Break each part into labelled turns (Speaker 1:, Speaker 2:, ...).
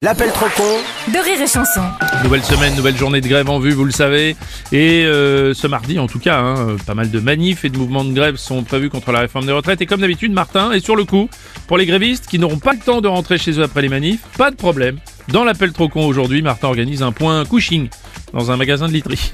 Speaker 1: L'appel trop con
Speaker 2: de rire et chanson.
Speaker 3: Nouvelle semaine, nouvelle journée de grève en vue, vous le savez. Et euh, ce mardi, en tout cas, hein, pas mal de manifs et de mouvements de grève sont prévus contre la réforme des retraites. Et comme d'habitude, Martin est sur le coup. Pour les grévistes qui n'auront pas le temps de rentrer chez eux après les manifs, pas de problème. Dans l'appel trop con aujourd'hui, Martin organise un point cushing dans un magasin de literie.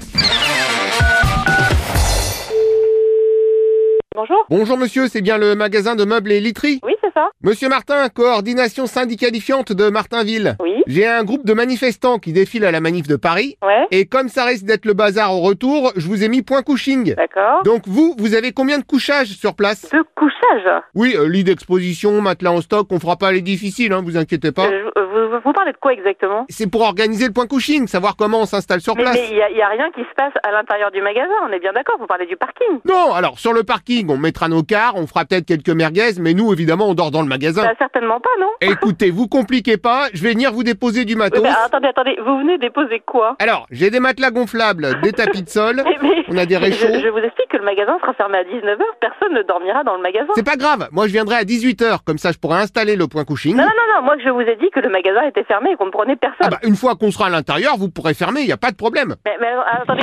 Speaker 4: Bonjour.
Speaker 5: Bonjour monsieur, c'est bien le magasin de meubles et literie
Speaker 4: Oui, c'est ça.
Speaker 5: Monsieur Martin, coordination syndicalifiante de Martinville.
Speaker 4: Oui.
Speaker 5: J'ai un groupe de manifestants qui défilent à la manif de Paris.
Speaker 4: Ouais.
Speaker 5: Et comme ça risque d'être le bazar au retour, je vous ai mis point couching.
Speaker 4: D'accord.
Speaker 5: Donc vous, vous avez combien de couchages sur place
Speaker 4: De couchage.
Speaker 5: Oui, euh, lit d'exposition, matelas en stock, on fera pas les difficiles, hein, vous inquiétez pas.
Speaker 4: Euh, je- euh, vous, vous parlez de quoi exactement
Speaker 5: C'est pour organiser le point couching, savoir comment on s'installe sur
Speaker 4: Mais
Speaker 5: place.
Speaker 4: mais il y a, il y a rien qui se passe à l'intérieur du magasin. On est bien d'accord. Vous parlez du parking.
Speaker 5: Non, alors sur le parking, on mettra nos cars, on fera peut-être quelques merguez, mais nous évidemment on dort dans le magasin.
Speaker 4: Bah, certainement pas, non
Speaker 5: Écoutez, vous compliquez pas, je vais venir vous déposer du
Speaker 4: Oui,
Speaker 5: matos.
Speaker 4: bah, Attendez, attendez. Vous venez déposer quoi
Speaker 5: Alors, j'ai des matelas gonflables, des tapis de sol,
Speaker 4: Mais- mais-
Speaker 5: on a des
Speaker 4: je,
Speaker 5: réchauds.
Speaker 4: je vous explique que le magasin sera fermé à 19h. Personne ne dormira dans le magasin.
Speaker 5: C'est pas grave, moi je viendrai à 18h, comme ça je pourrai installer le point couching.
Speaker 4: Non, non, non, non. Moi, je vous ai dit que le magasin était fermé et qu'on ne prenait personne.
Speaker 5: Ah bah, une fois qu'on sera à l'intérieur, vous pourrez fermer, y a pas de problème.
Speaker 4: mais, mais alors, attendez.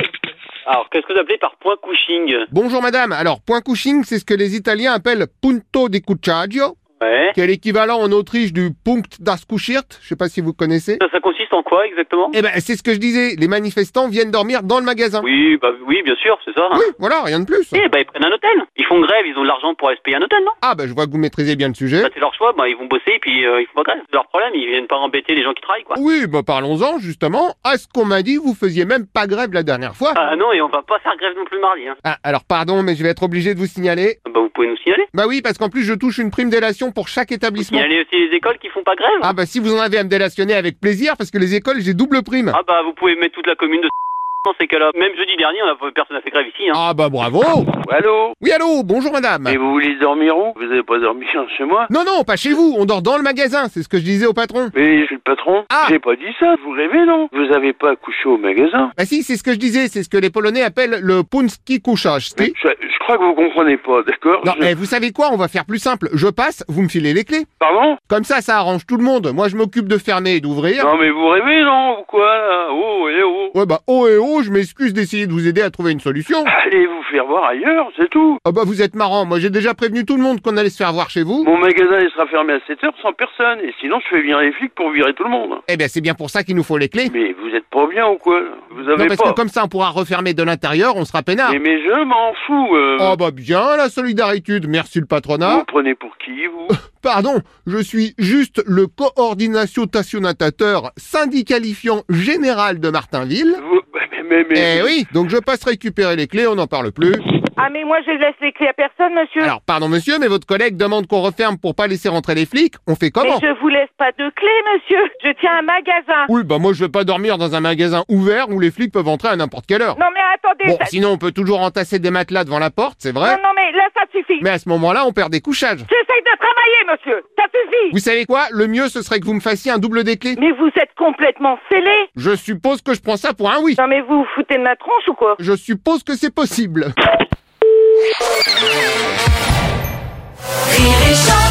Speaker 6: Alors, qu'est-ce que vous appelez par point cushing
Speaker 5: Bonjour madame, alors point couching, c'est ce que les Italiens appellent punto di cucciaggio,
Speaker 6: Ouais.
Speaker 5: qui est l'équivalent en Autriche du punct das Kuschirt, je sais pas si vous connaissez.
Speaker 6: Ça, ça consiste en quoi exactement
Speaker 5: Eh ben, c'est ce que je disais, les manifestants viennent dormir dans le magasin.
Speaker 6: Oui, bah oui, bien sûr, c'est ça.
Speaker 5: Oui, voilà, rien de plus.
Speaker 6: Eh bah ils prennent un hôtel. Ils font grève, ils ont de l'argent pour aller se payer un hôtel, non
Speaker 5: Ah bah, je vois que vous maîtrisez bien le sujet.
Speaker 6: Ça c'est leur choix, bah ils vont bosser et puis euh, ils font pas grève. C'est leur problème, ils viennent pas embêter les gens qui travaillent quoi.
Speaker 5: Oui, bah parlons-en justement. À ce qu'on m'a dit, vous faisiez même pas grève la dernière fois.
Speaker 6: Ah non, et on va pas faire grève non plus mardi. Hein.
Speaker 5: Ah, alors pardon, mais je vais être obligé de vous signaler.
Speaker 6: Bah vous pouvez nous signaler.
Speaker 5: Bah oui, parce qu'en plus, je touche une prime délation pour chaque établissement.
Speaker 6: Signaler aussi les écoles qui font pas grève.
Speaker 5: Ah bah si vous en avez à me délationner avec plaisir, parce que les écoles, j'ai double prime.
Speaker 6: Ah, bah vous pouvez mettre toute la commune de dans ces cas-là. Même jeudi dernier, on a, personne n'a fait grève ici. Hein. Bah.
Speaker 5: Ah bah bravo
Speaker 7: Allô
Speaker 5: Oui, allô, bonjour madame
Speaker 7: Et vous voulez dormir où Vous n'avez pas dormi chez moi
Speaker 5: Non, non, pas chez vous, on dort dans le magasin, c'est ce que je disais au patron.
Speaker 7: Mais je suis le patron.
Speaker 5: Ah.
Speaker 7: J'ai pas dit ça. Vous rêvez, non Vous n'avez pas couché au magasin.
Speaker 5: Bah si, c'est ce que je disais, c'est ce que les Polonais appellent le punski kuszarz,
Speaker 7: Mais
Speaker 5: t'es
Speaker 7: Je, je crois que vous comprenez pas, d'accord
Speaker 5: Non,
Speaker 7: Je-
Speaker 5: eh, vous savez quoi, on va faire plus simple. Je passe, vous me filez les clés.
Speaker 7: Pardon
Speaker 5: Comme ça, ça arrange tout le monde. Moi, je m'occupe de fermer et d'ouvrir.
Speaker 7: Non, mais vous rêvez, non Ou quoi là Oh, eh oh
Speaker 5: Ouais bah, oh et oh, je m'excuse d'essayer de vous aider à trouver une solution.
Speaker 7: Allez vous faire voir ailleurs, c'est tout.
Speaker 5: Ah bah vous êtes marrant, moi j'ai déjà prévenu tout le monde qu'on allait se faire voir chez vous.
Speaker 7: Mon magasin, il sera fermé à 7 heures sans personne. Et sinon, je fais venir les flics pour virer tout le monde.
Speaker 5: Eh ben c'est bien pour ça qu'il nous faut les clés.
Speaker 7: Mais vous êtes pas bien ou quoi là Vous
Speaker 5: Non
Speaker 7: avez
Speaker 5: parce
Speaker 7: pas.
Speaker 5: que comme ça on pourra refermer de l'intérieur, on sera peinard.
Speaker 7: Mais, mais je m'en fous. euh.
Speaker 5: Oh bah bien la solidarité, merci le
Speaker 7: Vous
Speaker 5: patronat.
Speaker 7: me prenez pour qui, vous
Speaker 5: Pardon, je suis juste le coordination tationnatateur syndicalifiant général de Martinville.
Speaker 7: Vous- Mais, mais, mais-
Speaker 5: Eh oui, donc je passe récupérer les clés, on n'en parle plus.
Speaker 8: Ah mais moi je laisse les clés à personne, monsieur.
Speaker 5: Alors pardon monsieur, mais votre collègue demande qu'on referme pour pas laisser rentrer les flics, on fait
Speaker 8: mais
Speaker 5: comment
Speaker 8: je vous laisse pas de clés, monsieur. Je tiens un magasin.
Speaker 5: Oui, bah moi je vais pas dormir dans un magasin ouvert où les flics peuvent entrer à n'importe quelle heure.
Speaker 8: Non mais attendez.
Speaker 5: Bon,
Speaker 8: ça-
Speaker 5: sinon on peut toujours entasser des matelas devant la porte, c'est vrai.
Speaker 8: Non non mais là ça suffit.
Speaker 5: Hein? Mais à ce moment-là, on perd des couchages.
Speaker 8: J'essaye de travailler, monsieur. Ça suffit.
Speaker 5: Vous savez quoi Le mieux, ce serait que vous me fassiez un double des clés.
Speaker 8: Mais vous êtes complètement scellé.
Speaker 5: Je suppose que je prends ça pour un oui.
Speaker 8: Non mais vous vous foutez de ma tronche ou quoi
Speaker 5: Je suppose que c'est possible.
Speaker 2: Rire et chanson.